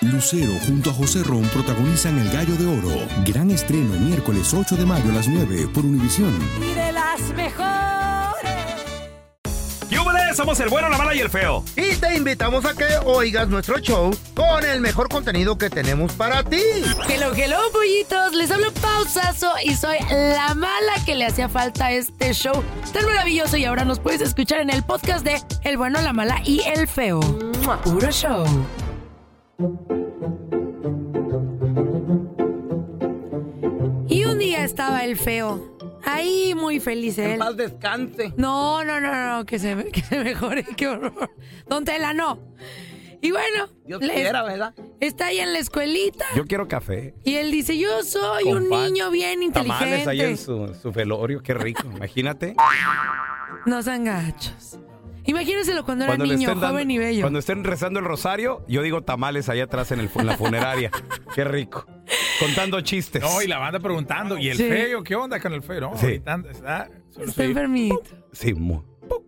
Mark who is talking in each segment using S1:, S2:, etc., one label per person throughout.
S1: Lucero junto a José Ron protagonizan El Gallo de Oro. Gran estreno miércoles 8 de mayo a las 9 por Univisión.
S2: Y de las mejores.
S3: ¡Yúbele! Somos el bueno, la mala y el feo.
S4: Y te invitamos a que oigas nuestro show con el mejor contenido que tenemos para ti.
S5: Hello, hello, pollitos. Les hablo pausazo y soy la mala que le hacía falta a este show tan maravilloso. Y ahora nos puedes escuchar en el podcast de El bueno, la mala y el feo. Puro show. Y un día estaba el feo. Ahí muy feliz él.
S6: Más descanse.
S5: No, no, no, no, que se, me- que se mejore, qué horror. Don Tela, no. Y bueno,
S6: Dios
S5: le-
S6: quiera, ¿verdad?
S5: está ahí en la escuelita
S7: Yo quiero café.
S5: y él dice, yo soy
S7: Con
S5: un
S7: pan,
S5: niño bien
S7: Tamales ahí en
S5: inteligente.
S7: su, su velorio, qué rico. Imagínate.
S5: No sean gachos. Imagínenselo cuando era
S7: le
S5: niño,
S7: estén dando-
S5: joven y bello.
S7: Cuando estén rezando el rosario, yo digo tamales ahí atrás en, el, fu- en la funeraria. qué rico. Contando chistes.
S8: No, y la banda preguntando, ¿y el
S5: Sí.
S8: feo? ¿Qué onda con el feo? No,
S7: Sí.
S8: ahorita anda- está- solo
S5: Está
S8: soy-
S5: enfermito.
S7: Sí, mu-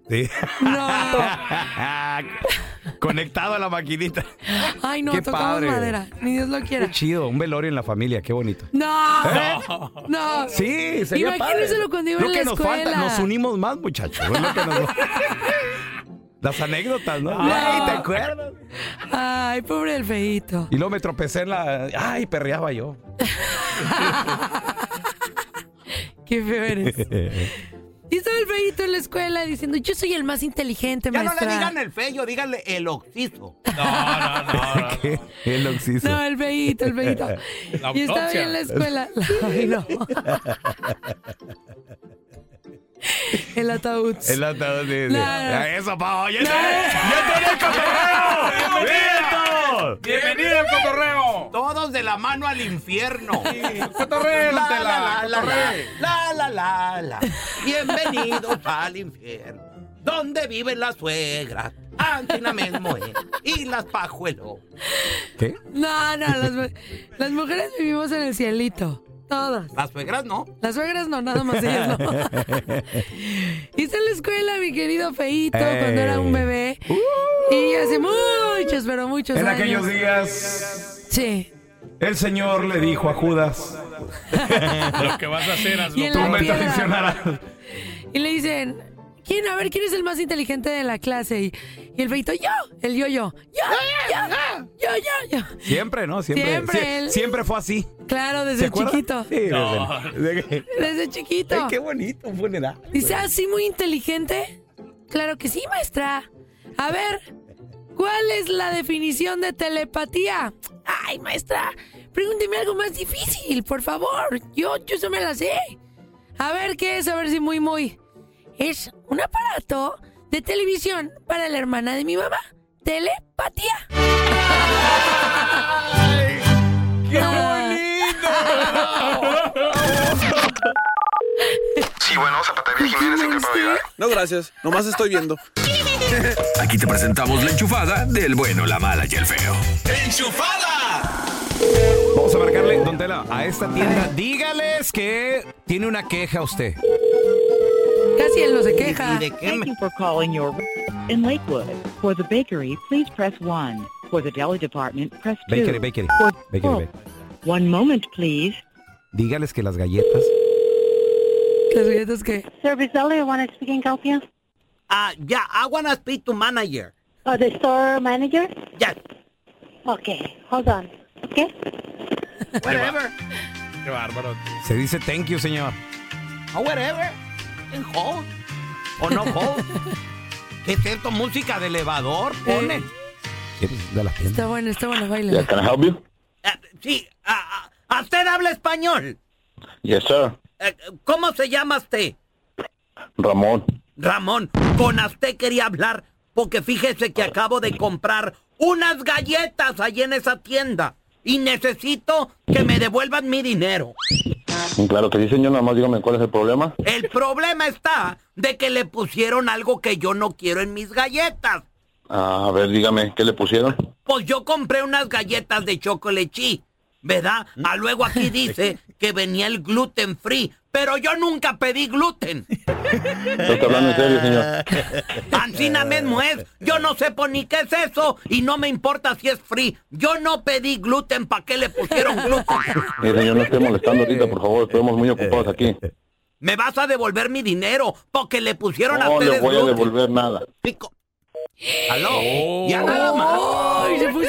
S7: sí.
S5: No.
S7: Conectado a la maquinita.
S5: Ay, no,
S7: Qué
S5: tocamos
S7: padre.
S5: madera. Ni Dios lo quiera.
S7: Qué chido, un velorio en la familia, qué bonito. ¿Eh?
S5: No. No.
S7: Sí, sería
S5: Imagínenselo
S7: padre.
S5: cuando iba
S7: Lo
S5: en
S7: que
S5: la
S7: nos falta,
S5: escuela.
S7: nos unimos más, muchachos. es lo que nos- Las anécdotas, ¿no? Ay, ¿te acuerdas?
S5: Ay, pobre el feito.
S7: Y luego me tropecé en la... Ay, perreaba yo.
S5: Qué feo eres. Y estaba el feito en la escuela diciendo, yo soy el más inteligente,
S6: Ya no
S5: maestra.
S6: le digan el feo, díganle el oxiso.
S8: No, no, no. no.
S7: ¿Qué? El oxiso.
S5: No, el feito, el feito.
S8: La
S5: y estaba ahí
S8: autopsia.
S5: en la escuela. Ay, no. El ataúd.
S7: El atado de... de-
S5: No.
S7: Eso, pa, oye.
S5: No.
S7: ¡Ya tenés cotorreo! ¡Vientos!
S8: ¡Bienvenido al cotorreo!
S6: Todos de la mano al infierno.
S8: ¡Cotorreo,
S6: La,
S8: Tela,
S6: la, la, la, la,
S8: cotorreo.
S6: la, la, la, la. Bienvenidos al infierno, donde viven las suegras, Antina Mesmoé y las pajuelos.
S7: ¿Qué?
S5: No, no, las, mu- las mujeres vivimos en el cielito. Todas.
S6: Las suegras no.
S5: Las suegras no, nada más ellas no. y está en la escuela, mi querido feito, cuando era un bebé. Y hace muchos, pero muchos
S7: En
S5: años.
S7: aquellos días...
S5: Sí.
S7: El Señor le dijo a Judas,
S8: Lo que vas a hacer, hazlo
S5: Y en
S8: tú.
S7: tú
S5: la
S7: me
S5: piedra.
S7: traicionarás.
S5: Y le dicen, ¿quién? A ver, ¿quién es el más inteligente de la clase? Y, y el feito, yo, el yo, yo, yo, yo, yo, yo, yo.
S7: Siempre, ¿no? Siempre.
S5: Siempre
S7: Sie-
S5: él.
S7: siempre fue así.
S5: Claro,
S7: ¿Se
S5: desde
S7: acuerdan?
S5: chiquito.
S7: Sí, desde-
S8: No.
S7: desde-
S5: Desde chiquito.
S7: Ay, qué bonito un funeral.
S5: Dice, ¿ah, sí, muy inteligente? Claro que sí, maestra. A ver, ¿cuál es la definición de telepatía? Ay, maestra, pregúnteme algo más difícil, por favor. Yo, yo eso me la sé. A ver, ¿qué es? A ver si muy, muy. Es un aparato de televisión para la hermana de mi mamá. Telepatía.
S7: ¡Qué
S5: Ah.
S9: Sí, bueno, Zapatería Jiménez, ¿en qué puedo ayudar?
S10: No, gracias. Nomás estoy viendo.
S9: Aquí te presentamos la enchufada del bueno, la mala y el feo.
S7: Vamos a marcarle, don Tela, a esta tienda. Dígales que tiene una queja usted.
S5: Casi él no se
S6: ¿Y
S5: queja.
S6: de qué me-
S11: for calling your in Lakewood. For the bakery, please press 1. For the deli department, press 2.
S7: Bakery, bakery.
S11: For-
S7: Bakery, bakery.
S11: One moment, please.
S7: Dígales que las galletas.
S5: Las galletas que...
S11: Service deli, I want to speak and help you.
S6: Ah, ya, I wanna speak to manager.
S11: Uh, the store manager?
S6: Yes,
S11: Okay, hold on. Okay?
S6: wherever,
S8: Qué bárbaro.
S7: Se dice thank you, señor.
S6: oh, wherever, en hold, o no hold. ¿Qué es esto? Música de elevador, ponen.
S7: ¿Quieres de la tienda?
S5: Está bueno, está bueno, baila.
S10: Can I help you?
S6: Ah, sí, ah, ah, ¿usted habla español?
S10: Yes, sir.
S6: Eh, ¿Cómo se llama usted?
S10: Ramón.
S6: Ramón, con usted quería hablar porque fíjese que acabo de comprar unas galletas ahí en esa tienda y necesito que me devuelvan mi dinero.
S10: Claro que sí, señor. Nomás dígame cuál es el problema.
S6: El problema está de que le pusieron algo que yo no quiero en mis galletas.
S10: Ah, a ver, dígame, ¿qué le pusieron?
S6: Pues yo compré unas galletas de chocolate chip, ¿verdad? A Ah, luego aquí dice que venía el gluten free, pero yo nunca pedí gluten.
S10: Está hablando en serio, señor.
S6: Ancina
S10: Eh,
S6: mismo es. Yo no sé por ni qué es eso y no me importa si es free. Yo no pedí gluten, ¿para qué le pusieron gluten?
S10: Mire, señor, no esté molestando ahorita, por favor. Estamos muy ocupados aquí.
S6: Me vas a devolver mi dinero porque le pusieron a
S10: No
S6: ustedes
S10: le voy a
S6: gluten.
S10: devolver nada.
S6: Pico. Aló.
S8: Oh.
S6: Ya nada más.
S5: ¡Ay, se puso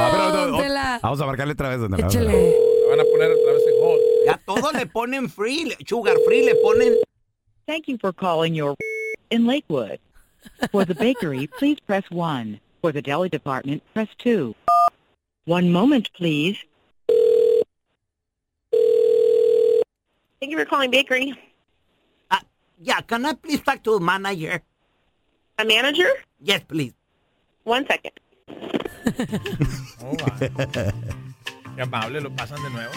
S7: Ah, pero,
S5: rudo,
S7: no,
S5: don
S7: oh,
S5: Tela!
S7: Vamos a marcarle otra vez, don Tela.
S5: Échale.
S8: Me van a poner otra vez en hold.
S10: Oh.
S6: A todo le ponen free, le- sugar free le ponen.
S11: Thank you for calling your in Lakewood. For the bakery, please press 1. For the deli department, press 2. One moment, please.
S12: Thank you for calling bakery.
S6: Ah, yeah, can I please talk to a manager?
S12: A manager?
S6: Yes, please.
S12: One second.
S8: Oh, va. Qué amable, lo pasan de nuevo.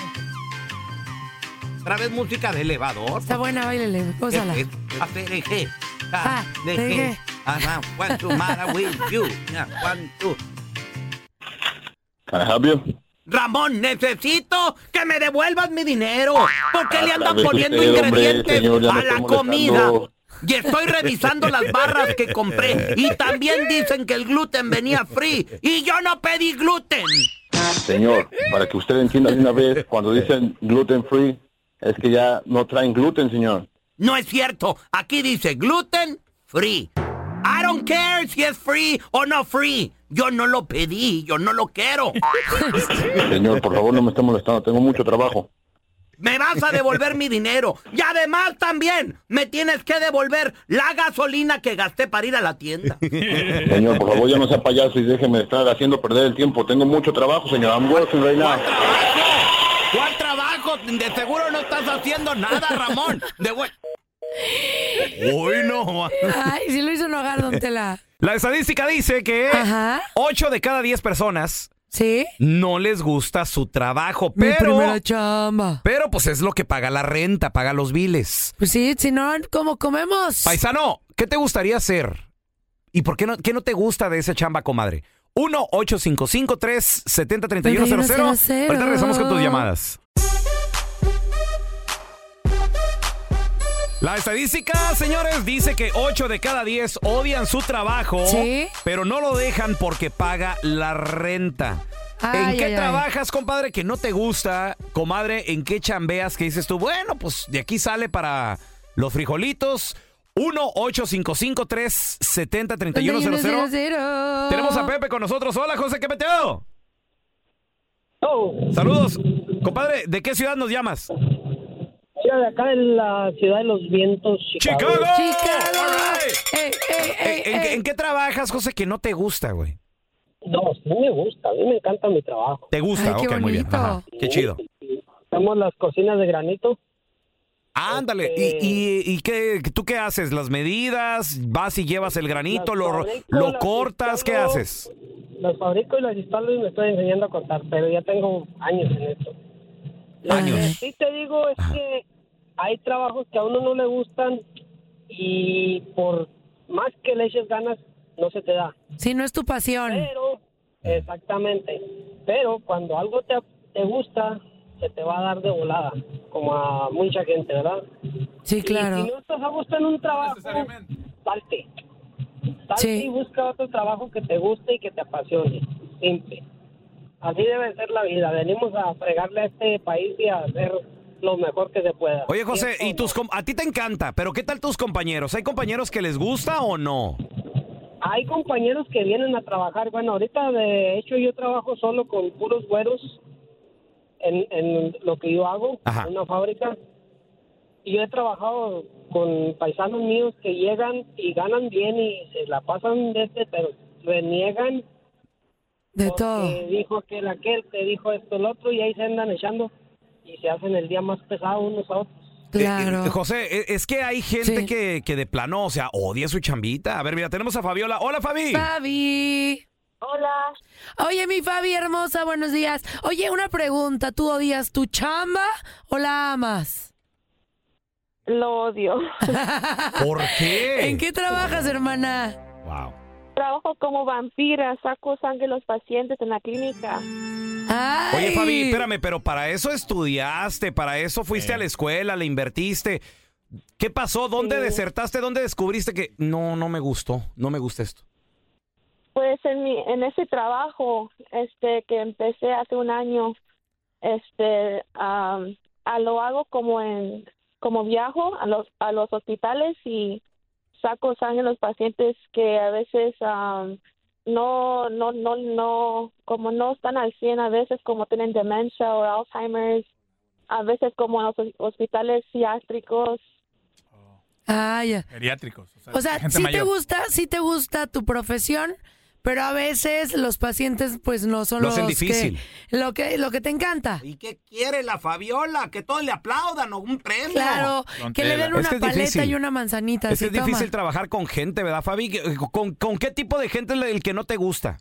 S6: Otra vez música de elevador.
S5: Está buena, bailele, gózala.
S6: Es- es- hacer eje.
S5: Ah,
S6: de
S5: de
S6: eje.
S5: eje.
S6: Ajá, one, two, mara with you. Yeah, one, two.
S10: Can I help you?
S6: Ramón, necesito que me devuelvas mi dinero. ¿Por qué le andas
S10: Otra vez
S6: poniendo
S10: usted, Ah, hombre,
S6: ingredientes
S10: señor, ya me
S6: a la
S10: está
S6: comida?
S10: molestando.
S6: Y estoy revisando las barras que compré. Y también dicen que el gluten venía free. Y yo no pedí gluten.
S10: Señor, para que usted entienda de una vez, cuando dicen gluten free, es que ya no traen gluten, señor.
S6: No es cierto. Aquí dice gluten free. I don't care si es free o no free. Yo no lo pedí, yo no lo quiero.
S10: Señor, por favor, no me esté molestando. Tengo mucho trabajo.
S6: Me vas a devolver mi dinero. Y además también me tienes que devolver la gasolina que gasté para ir a la tienda.
S10: Señor, por favor, ya no sea payaso y déjeme estar haciendo perder el tiempo. Tengo mucho trabajo, señor. I'm working right now.
S6: ¿Cuál trabajo? De seguro no estás haciendo nada, Ramón. De buen-
S7: Uy, no.
S5: Ay, sí lo hizo enojar, don Tela.
S7: La estadística dice que
S5: Ajá.
S7: 8 de cada 10 personas
S5: ¿Sí?
S7: no les gusta su trabajo,
S5: Mi
S7: pero,
S5: primera chamba.
S7: pero pues es lo que paga la renta, paga los biles.
S5: Pues sí, si no, ¿cómo comemos?
S7: Paisano, ¿qué te gustaría hacer? ¿Y por qué no, qué no te gusta de esa chamba, comadre? 1-855-370-3100. Ahorita regresamos con tus llamadas. La estadística, señores, dice que 8 de cada 10 odian su trabajo,
S5: Sí.
S7: pero no lo dejan porque paga la renta.
S5: Ay,
S7: ¿En qué
S5: ay, ay.
S7: trabajas, compadre, que no te gusta? Comadre, ¿en qué chambeas que dices tú? Bueno, pues de aquí sale para los frijolitos. 1-855-370-3100. Tenemos a Pepe con nosotros. Hola, José, ¿qué peteo?
S13: Oh.
S7: Saludos. Compadre, ¿de qué ciudad nos llamas?
S13: de acá en la ciudad de los vientos,
S7: ¡Chicago!
S5: Chicago.
S7: All right.
S5: Ey,
S13: Eh,
S5: ey, ey,
S7: ¿En, en qué-
S5: ey.
S7: en qué trabajas, José, que no te gusta, güey?
S13: No, sí me gusta, a mí me encanta mi trabajo.
S7: Te gusta,
S5: Ay, qué
S7: ok, muy bien.
S5: bonito.
S7: Ajá, Qué chido.
S13: Hacemos las cocinas de granito.
S7: Ándale,
S13: Eh.
S7: ¿y, y, y qué, tú qué haces? ¿Las medidas? ¿Vas y llevas el granito?
S13: Las
S7: ¿Lo,
S13: fabrico,
S7: lo
S13: las
S7: cortas? ¿Qué
S13: instalo.
S7: haces?
S13: Las fabrico y las instalo y me estoy enseñando a cortar, pero ya tengo años en esto. Lo
S7: Años.
S13: que sí te digo es que hay trabajos que a uno no le gustan y por más que le eches ganas, no se te da.
S5: Si no es tu pasión.
S13: Pero, exactamente, pero cuando algo te, te gusta, se te va a dar de volada, como a mucha gente, ¿verdad?
S5: Sí,
S13: Y
S5: claro.
S13: si no estás a gusto en un trabajo, salte. Salte
S5: Sí.
S13: y busca otro trabajo que te guste y que te apasione. Simple. Así debe ser la vida. Venimos a fregarle a este país y a hacer lo mejor que se pueda.
S7: Oye, José,
S13: ¿Cierto
S7: ¿y
S13: o
S7: tus com- a ti te encanta? ¿Pero qué tal tus compañeros? ¿Hay compañeros que les gusta o no?
S13: no? Hay compañeros que vienen a trabajar. Bueno, ahorita de hecho yo trabajo solo con puros güeros en, en lo que yo hago,
S7: Ajá.
S13: en una fábrica. Y yo he trabajado con paisanos míos que llegan y ganan bien y se la pasan de este, pero reniegan
S5: De
S13: porque
S5: todo.
S13: dijo que el aquel, que dijo esto, el otro, y ahí se andan echando y se hacen el día más pesado unos a otros.
S7: Eh, eh,
S5: Claro.
S7: José, eh, es que hay gente que, que de plano, o sea, odia su chambita. A ver, mira, tenemos a Fabiola. Hola, Fabi.
S5: Fabi.
S12: Hola.
S5: Oye, mi Fabi hermosa, buenos días. Oye, una pregunta. ¿Tú odias tu chamba o la amas?
S12: Lo odio.
S7: ¿Por qué?
S5: ¿En qué trabajas, hermana?
S7: Wow.
S12: Trabajo como vampira, saco sangre de los pacientes en la clínica.
S7: Oye, Fabi, espérame, pero para eso estudiaste, para eso fuiste a la escuela, le invertiste. ¿Qué pasó? ¿Dónde desertaste? ¿Dónde descubriste que no, no me gustó, no me gusta esto?
S12: Pues en mi, en ese trabajo, este, que empecé hace un año, este, am, a lo hago como en, como viajo a los, a los hospitales y saco sangre en los pacientes que a veces am, no, no, no, no, como no están al 100 a veces, como tienen demencia o Alzheimer's, a veces como en los hos- hospitales psiquiátricos.
S5: Ah, ya.
S8: Geriátricos.
S5: O sea,
S8: gente
S5: sí te
S8: mayor.
S5: gusta, sí te gusta tu profesión, pero a veces los pacientes pues no son
S7: Lo
S5: los
S7: hacen difícil.
S5: que lo que lo que te encanta.
S6: ¿Qué quiere la Fabiola? Que todos le aplaudan o un premio.
S5: Claro, que le den
S7: Es
S5: una
S7: que es
S5: paleta
S7: difícil.
S5: y una manzanita.
S7: Es que
S5: así,
S7: es difícil
S5: toma.
S7: trabajar con gente, ¿verdad, Fabi? ¿Con, con qué tipo de gente es el que no te gusta?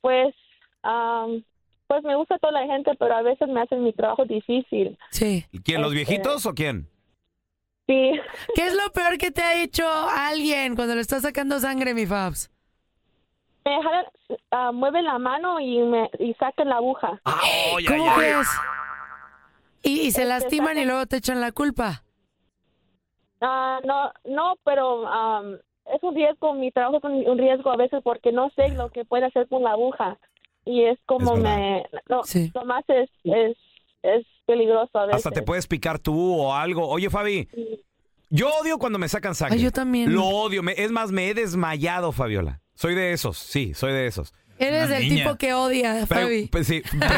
S12: Pues, am, pues me gusta toda la gente, pero a veces me hacen mi trabajo difícil.
S5: Sí.
S7: ¿Quién, los
S12: Este-
S7: viejitos o quién?
S12: Sí.
S5: ¿Qué es lo peor que te ha hecho alguien cuando le estás sacando sangre, mi Fabs?
S12: Me jalan, ah, mueven la mano y me y sacan la aguja.
S5: ¿Cómo crees? Y, y se
S12: Este,
S5: lastiman y luego te echan la culpa.
S12: Ah, no, no, pero am, es un riesgo, mi trabajo es un, un riesgo a veces porque no sé lo que puede hacer con la aguja. Y es como me... No, lo más es, es, es peligroso a veces.
S7: Hasta te puedes picar tú o algo. Oye, Fabi, yo odio cuando me sacan sangre.
S5: Ay, yo también.
S7: Lo odio. Me- es más, me he desmayado, Fabiola. Soy de esos, sí, soy de esos.
S5: Eres
S7: Una
S5: el
S7: niña.
S5: tipo que odia,
S7: Pre-
S5: Fabi.
S7: pues sí, pre-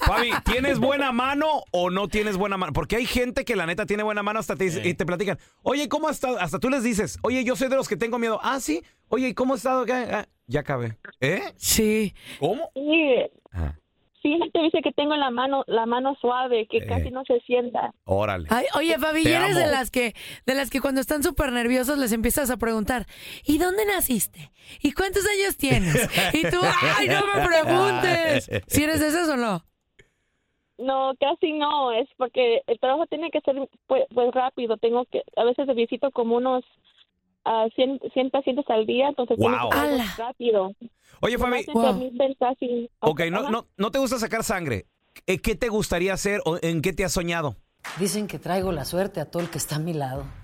S7: Fabi, ¿tienes buena mano o no tienes buena mano? Porque hay gente que la neta tiene buena mano hasta te, dice- y te platican. Oye, ¿cómo has estado? Hasta tú les dices, oye, yo soy de los que tengo miedo. Ah, sí. Oye, ¿y cómo has estado? acá? Ah, ya acabé. ¿Eh?
S5: Sí.
S7: ¿Cómo?
S12: Sí,
S7: Ah.
S12: sí, te dice que tengo la mano, la mano suave,
S7: Eh.
S12: que casi no se sienta.
S7: Órale.
S5: Ay, oye, Fabi,
S7: Te
S5: ¿y eres de
S7: amo.
S5: las que de las que cuando están súper nerviosos les empiezas a preguntar, ¿y dónde naciste? ¿Y cuántos años tienes? Y tú, ¡ay, no me preguntes! ¿Si eres de esas o no?
S12: No, casi no, es porque el trabajo tiene que ser pues, pues, rápido. Tengo que, a veces visito como unos ah, 100, 100 pacientes al día, entonces tiene que
S7: Wow.
S12: ser algo rápido.
S7: Oye, Fabi.
S12: Se permiten casi-
S7: Ok, no, no, no te gusta sacar sangre. Eh, ¿Qué te gustaría hacer o en qué te has soñado?
S14: Dicen que traigo la suerte a todo el que está a mi lado.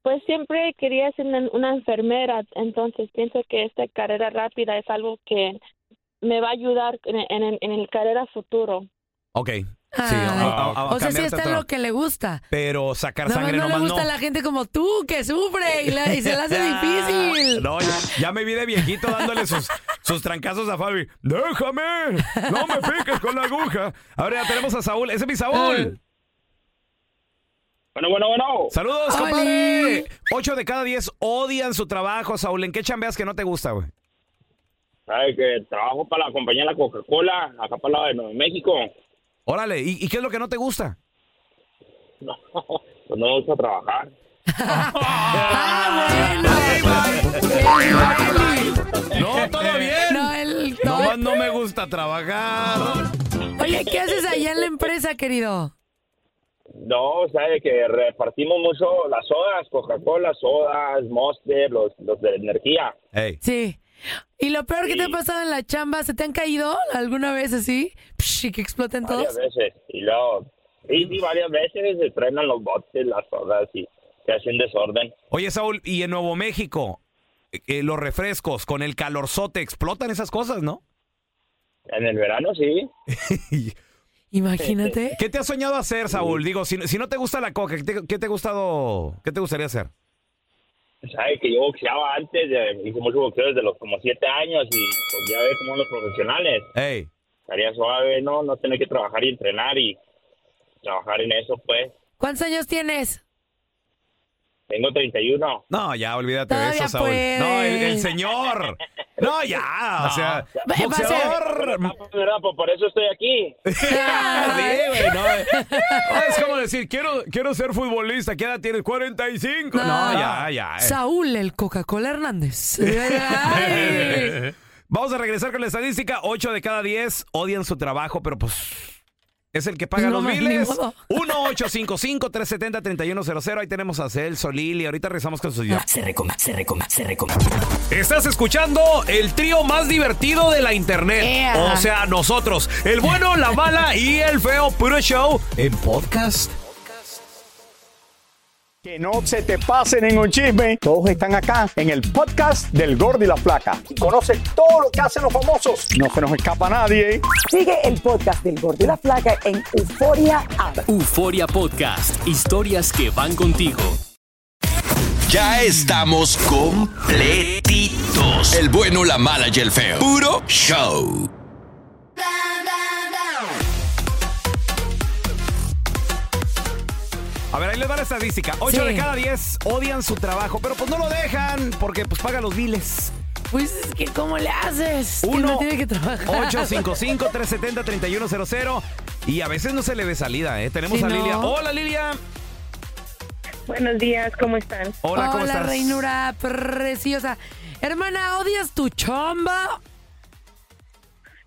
S12: Pues siempre quería ser una, una enfermera, entonces pienso que esta carrera rápida es algo que me va a ayudar en, en, en el carrera futuro.
S7: Ok. Sí,
S5: Ah,
S7: a- a- a
S5: o sea, sí
S7: cambiarte
S5: está
S7: otro.
S5: lo que le gusta.
S7: Pero sacar
S5: Nada más
S7: sangre
S5: no le
S7: nomás
S5: gusta
S7: no.
S5: a la gente como tú, que sufre y, la- y se la hace difícil.
S7: No, ya, ya me vi de viejito dándole sus, sus trancazos a Fabi. ¡Déjame! ¡No me piques con la aguja! Ahora ya tenemos a Saúl. ¡Ese es mi
S5: Ah.
S7: Saúl!
S15: Bueno, bueno, bueno.
S7: ¡Saludos, compadre! Ocho de cada diez odian su trabajo, Saúl. ¿En qué chambeas que no te gusta, güey?
S15: Sabes que trabajo para la compañía La Coca-Cola, acá para el lado de Nuevo México.
S7: Órale, ¿y, y qué es lo que no te gusta?
S15: Pues no me gusta trabajar. Ah,
S7: No, todo bien.
S5: No, el- no.
S7: Nomás no me gusta trabajar.
S5: Oye, ¿qué haces allá en la empresa, querido?
S15: No, sabes que repartimos mucho las sodas, Coca-Cola, sodas, Monster, los, los de energía.
S5: Sí. ¿Y lo peor que te ha pasado en la chamba? ¿Se te han caído alguna vez así? Psh, y que exploten
S15: Varias
S5: todos.
S15: veces. Y luego, sí, sí, varias veces se frenan los botes, las sodas y se hacen desorden.
S7: Oye, Saúl, y en Nuevo México, eh, los refrescos con el calorzote explotan esas cosas, ¿no?
S15: En el verano, sí.
S5: Imagínate.
S7: ¿Qué te has soñado hacer, Saúl? Digo, si, si no te gusta la coca, ¿qué te, qué te ha gustado? ¿Qué te gustaría hacer?
S15: Sabes que yo boxeaba antes, de- hice mucho boxeo desde los como siete años y pues, ya ves cómo son los profesionales.
S7: Ey.
S15: Estaría suave, ¿no? No tener que trabajar y entrenar y trabajar en eso, pues.
S5: ¿Cuántos años tienes?
S15: Tengo 31.
S7: No, ya, Ah, olvídate de
S15: Todavía
S7: eso, Saúl.
S15: puede.
S7: No, el, el señor. No, ya, o
S15: No.
S7: sea,
S15: Va- va a ser-
S7: boxeador.
S15: ¿Verdad? Pues por eso estoy aquí.
S7: Sí, güey, no, eh. No, es como decir, quiero, quiero ser futbolista. ¿Qué edad tienes? 45. No, ya, ya. eh.
S5: Saúl, el Coca-Cola Hernández.
S7: Vamos a regresar con la estadística. 8 de cada 10 odian su trabajo, pero pues es el que paga
S5: No,
S7: los
S5: ni
S7: miles.
S5: modo.
S7: 1-855-370-3100. Ahí tenemos a Celso, Lili. Ahorita regresamos con su Se recoma, se recoma, se recoma. Estás escuchando el trío más divertido de la internet.
S3: Ea.
S7: O sea, nosotros. El bueno, la mala y el feo. Puro show en podcast.
S16: Que no se te pase ningún chisme. Todos están acá en el podcast del Gordi y la Flaca. Y conoce todo lo que hacen los famosos. No se nos escapa nadie. ¿eh? Sigue el podcast del Gordi y la Flaca en Euforia
S17: Euforia Podcast, historias que van contigo.
S9: Ya estamos completitos. El bueno, la mala y el feo. Puro show.
S7: A ver, ahí les va la estadística. 8
S3: Sí.
S7: de cada 10 odian su trabajo, pero pues no lo dejan porque pues paga los miles.
S5: Pues es que, ¿cómo le haces? Que
S7: Uno,
S5: no tiene que trabajar.
S7: 855-370-3100. Y a veces no se le ve salida, ¿eh? Tenemos
S5: Sí,
S7: a
S5: no.
S7: Lilia. Hola, Lilia.
S18: Buenos días, ¿cómo están?
S7: Hola, ¿cómo estás?
S5: reinura preciosa. Hermana, ¿odias tu chomba?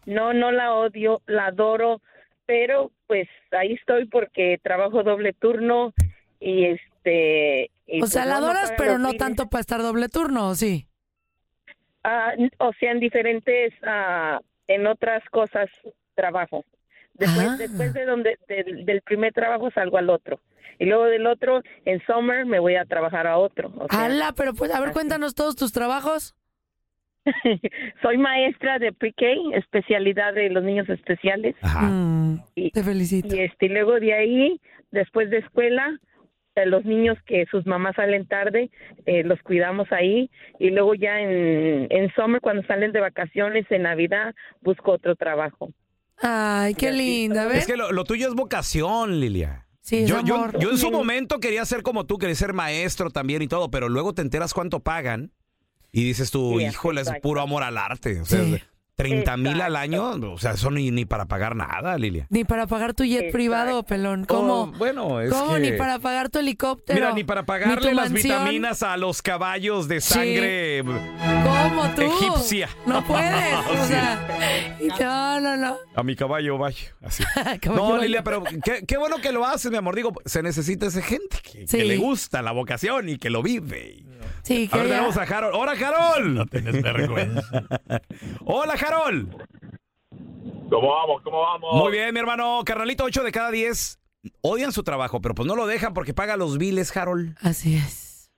S18: No, no la odio, la adoro, pero pues ahí estoy porque trabajo doble turno y este... y,
S5: O sea,
S18: pues,
S5: la
S18: no, no
S5: adoras,
S18: pagan
S5: pero
S18: los
S5: no
S18: biles.
S5: tanto para estar doble turno, ¿o sí?
S18: Ah, n- o sea, en diferentes, ah, en otras cosas trabajo. Después,
S5: Ah.
S18: después de donde, del- del primer trabajo salgo al otro. Y luego del otro, en summer, me voy a trabajar a otro. o sea,
S5: Ala, pero pues, a ver, cuéntanos todos tus trabajos.
S18: Soy maestra de pre-K, especialidad de los niños especiales.
S5: te felicito.
S18: Y este, y luego de ahí, después de escuela, eh, los niños que sus mamás salen tarde, eh, los cuidamos ahí. Y luego ya en, en summer, cuando salen de vacaciones, en Navidad, busco otro trabajo.
S5: Ay, qué linda, ¿ves?
S7: Es que lo, lo tuyo es vocación, Lilia.
S5: Sí, es
S7: yo, yo-
S5: amor.
S7: yo en su momento quería ser como tú, quería ser maestro también y todo, pero luego te enteras cuánto pagan y dices tú,
S3: Sí,
S7: híjole, es
S3: exacto.
S7: puro amor al arte. O sea, 30 mil al año, o sea, eso ni, ni para pagar nada, Lilia.
S5: Ni para pagar tu jet privado, pelón. ¿Cómo?
S7: Oh, bueno, es
S5: ¿Cómo?
S7: que-
S5: Ni para pagar tu helicóptero.
S7: Mira, ni para
S5: tu
S7: pagarle las
S5: mansión.
S7: vitaminas a los caballos de
S5: Sí.
S7: sangre
S5: ¿Cómo tú?
S7: egipcia.
S5: No puedes. o
S7: Sí.
S5: sea, no, no, no.
S7: A mi caballo, vaya. Así.
S5: Caballo,
S7: no,
S5: vaya.
S7: Lilia, pero qué, qué bueno que lo haces, mi amor. Digo, se necesita esa gente que,
S5: Sí.
S7: que le gusta la vocación y que lo vive.
S5: Sí, que
S7: Ahora
S5: ya-
S7: tenemos a Harold. ¡Hola, Harold! No tienes vergüenza. ¡Hola, Harold!
S15: ¿Cómo vamos? ¿Cómo vamos?
S7: Muy bien, mi hermano. Carnalito, 8 de cada 10 odian su trabajo, pero pues no lo dejan porque paga los biles, Harold.
S5: Así es.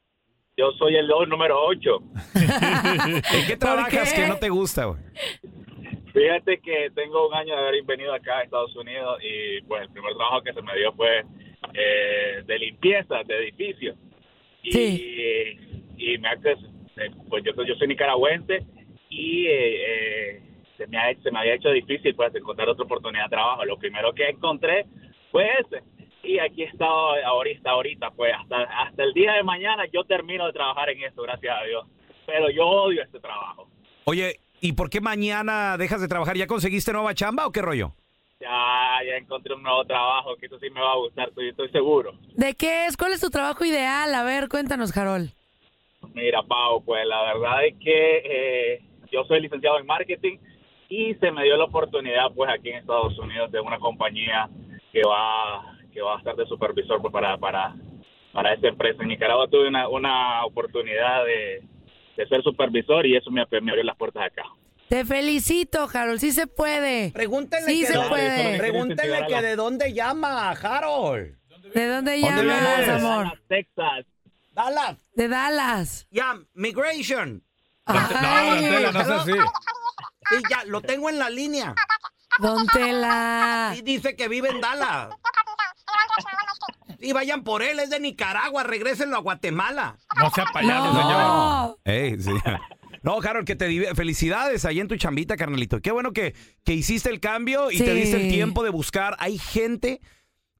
S15: Yo soy el dos, número 8.
S7: ¿En qué trabajas que no te gusta, güey?
S15: Fíjate que tengo un año de haber venido acá a Estados Unidos y pues el primer trabajo que se me dio fue eh, de limpieza de edificios. Y, y me ha crec- eh, pues yo, soy- yo soy nicaragüense y eh, eh, se, me ha, hecho- se me había hecho difícil pues encontrar otra oportunidad de trabajo. Lo primero que encontré fue
S19: Pues,
S15: ese. Y aquí he estado ahorita, ahorita, pues hasta, hasta el día de mañana yo termino de trabajar en esto, gracias a Dios. Pero yo odio este trabajo.
S7: Oye, ¿y por qué mañana dejas de trabajar? ¿Ya conseguiste nueva chamba o qué rollo?
S15: Ya, ya encontré un nuevo trabajo, que eso sí me va a gustar, estoy, estoy seguro.
S5: ¿De qué es? ¿Cuál es tu trabajo ideal? A ver, cuéntanos, Harold.
S15: Mira, Pau, pues la verdad es que eh, yo soy licenciado en marketing y se me dio la oportunidad, pues aquí en Estados Unidos, de una compañía que va, que va a estar de supervisor pues, para, para, para esa empresa. En Nicaragua tuve una, una oportunidad de, de ser supervisor y eso me, me abrió las puertas acá.
S5: Te felicito, Harold. Sí se puede.
S6: Pregúntale
S5: Sí
S6: que
S5: se
S6: de-
S5: puede.
S6: Pregúntale que de dónde llama,
S5: Ah,
S6: Harold.
S5: ¿De dónde llamas, amor?
S15: Texas.
S6: Dallas.
S5: De Dallas.
S6: Ya, Migration.
S5: Ay.
S6: Tela, no seas Sí, ya, lo tengo en la línea.
S5: Don Tela.
S6: Sí, dice que vive en Dallas. Y vayan por él, es de Nicaragua, regrésenlo a Guatemala.
S8: No sea payaso, señor.
S7: Ey, sí. No, Harold, que te div- felicidades ahí en tu chambita, carnalito. Qué bueno que, que hiciste el cambio y te
S5: Sí.
S7: diste el tiempo de buscar. Hay gente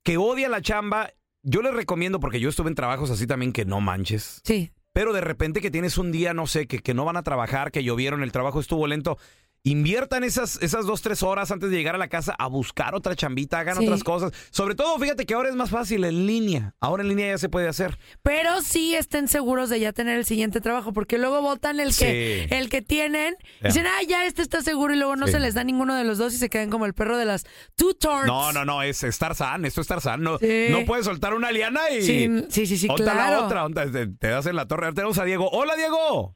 S7: que odia la chamba yo les recomiendo, porque yo estuve en trabajos así también que no manches.
S5: Sí.
S7: Pero de repente que tienes un día, no sé, que, que no van a trabajar, que llovieron, el trabajo estuvo lento. Inviertan esas, esas dos, tres horas antes de llegar a la casa a buscar otra chambita, hagan
S5: Sí.
S7: otras cosas. Sobre todo, fíjate que ahora es más fácil en línea. Ahora en línea ya se puede hacer.
S5: Pero sí estén seguros de ya tener el siguiente trabajo, porque luego votan el que,
S7: Sí.
S5: el que tienen,
S7: Ya.
S5: dicen, ah, ya este está seguro, y luego no
S7: Sí.
S5: se les da ninguno de los dos y se quedan como el perro de las two turns.
S7: No, no, no, es, es Tarzán, esto es Tarzán. No,
S5: Sí.
S7: no puedes soltar una liana y.
S5: Sí, sí, sí, sí,
S7: Onta
S5: claro.
S7: la otra, onta- te, te das en la torre. Ahora Tenemos a Diego. Hola, Diego.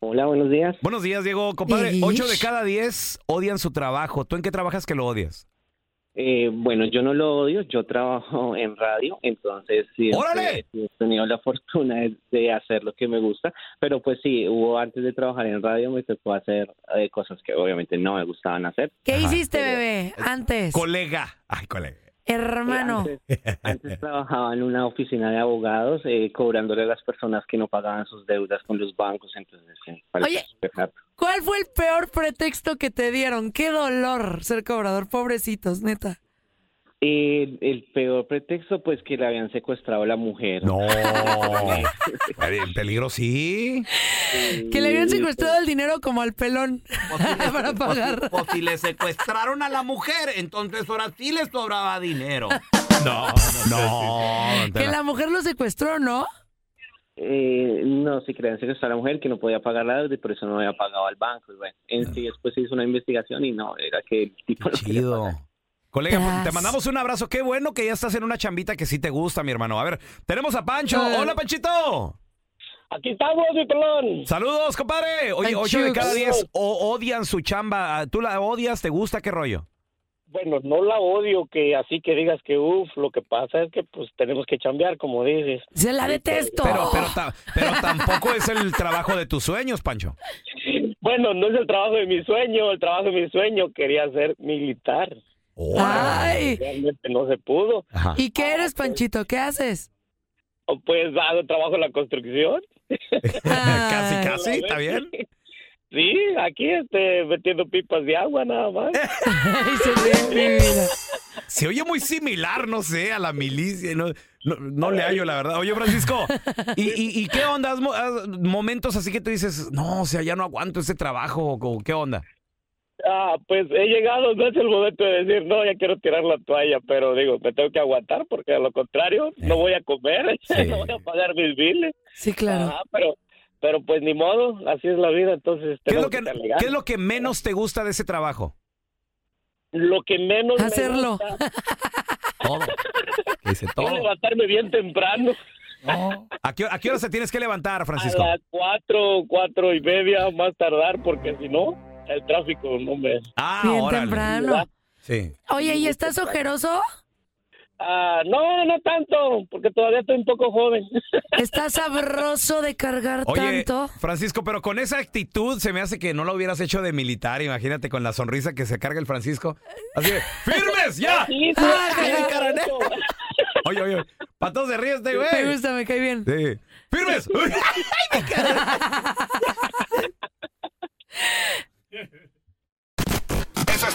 S20: Hola, buenos días.
S7: Buenos días, Diego. Compadre,
S20: Ish.
S7: ocho de cada diez odian su trabajo. ¿Tú en qué trabajas que lo odias?
S20: Eh, bueno, yo no lo odio, yo trabajo en radio, entonces siempre he tenido la fortuna de, de hacer lo que me gusta, pero pues sí, hubo antes de trabajar en radio me tocó hacer eh, cosas que obviamente no me gustaban hacer.
S5: ¿Qué hiciste, bebé, antes?
S7: Colega. Ay, colega.
S5: Hermano.
S7: Eh.
S20: Antes trabajaba en una oficina de abogados eh, cobrándole a las personas que no pagaban sus deudas con los bancos, entonces sí, parece
S5: Oye.
S20: súper harto.
S5: ¿Cuál fue el peor pretexto que te dieron? Qué dolor ser cobrador, pobrecitos, neta.
S20: El, el peor pretexto, pues que le habían secuestrado a la mujer.
S7: No. en peligro sí.
S5: Que le habían
S6: pues.
S5: secuestrado el dinero como al pelón para pagar.
S6: O Pues, si le secuestraron a la mujer, entonces ahora sí le sobraba dinero.
S7: No, no.
S5: Que la mujer lo secuestró, ¿no?
S20: Eh, no, se crean secuestrar a la mujer que no podía pagar la deuda y por eso no había pagado al banco. Y bueno, en sí después se hizo una investigación y no, era que el tipo... no quería pagar.
S7: Colega, pues,
S20: Tras.
S7: te mandamos un abrazo. Qué bueno que ya estás en una chambita que sí te gusta, mi hermano. A ver, tenemos a Pancho.
S19: Eh.
S7: Hola, Panchito.
S19: Aquí estamos, Vitrón.
S7: Saludos, compadre. Oye, ocho de cada diez o- odian su chamba. ¿Tú la odias? ¿Te gusta? ¿Qué rollo?
S19: Bueno, no la odio que así que digas que uff, lo que pasa es que pues tenemos que chambear, como dices.
S5: Se la detesto.
S7: Pero, pero, ta- pero tampoco es el trabajo de tus sueños, Pancho.
S19: Bueno, no es el trabajo de mi sueño, el trabajo de mi sueño quería ser militar.
S7: Oh.
S19: Realmente no se pudo.
S5: ¿Y qué eres, Panchito? ¿Qué haces?
S19: O, Pues hago trabajo en la construcción.
S7: casi, casi, está bien.
S19: Sí, aquí este, metiendo pipas de agua nada más.
S7: Se oye muy similar, no sé, a la milicia. No, no, no le hallo, la verdad. Oye, Francisco, ¿y, y, y qué onda? ¿Has mo- has momentos así que tú dices, no, o sea, ya no aguanto ese trabajo? ¿o ¿Qué onda?
S19: Ah, pues he llegado, no es el momento de decir, no, ya quiero tirar la toalla, pero digo, me tengo que aguantar porque de lo contrario no voy a comer, no voy a pagar mis biles.
S5: Sí, claro.
S7: Ah,
S19: Ah, pero, pero pues ni modo, así es la vida, entonces
S7: ¿Qué es,
S19: tenemos
S7: lo que,
S19: estar legales.
S7: qué es lo que menos te gusta de ese trabajo?
S19: Lo que menos
S5: Hacerlo.
S19: me gusta
S7: Todo. Dice
S19: es
S7: todo.
S19: levantarme bien temprano,
S7: ¿A qué, a qué hora se tienes que levantar, Francisco?
S19: a las cuatro, cuatro y media más tardar, porque si no, el tráfico no me...
S7: Ah,
S5: Bien órale. temprano.
S7: Sí.
S5: Oye, ¿y estás ojeroso?
S19: Ah, no, no tanto, porque todavía estoy un poco joven.
S5: ¿Estás sabroso de cargar
S7: Oye,
S5: tanto?
S7: Francisco, pero con esa actitud se me hace que no lo hubieras hecho de militar. Imagínate con la sonrisa que se carga el Francisco. Así de, ¡firmes, ya!
S19: Sí, sí,
S7: Ah,
S19: sí,
S7: caray, caray.
S19: eso.
S7: Oye, oye, patos de río este güey.
S5: Me gusta, me cae bien.
S7: Sí. ¡Firmes!
S3: Eso es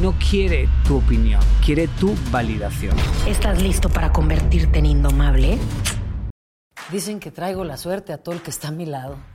S21: no quiere tu opinión, quiere tu validación.
S14: ¿Estás listo para convertirte en indomable? Dicen que traigo la suerte a todo el que está a mi lado.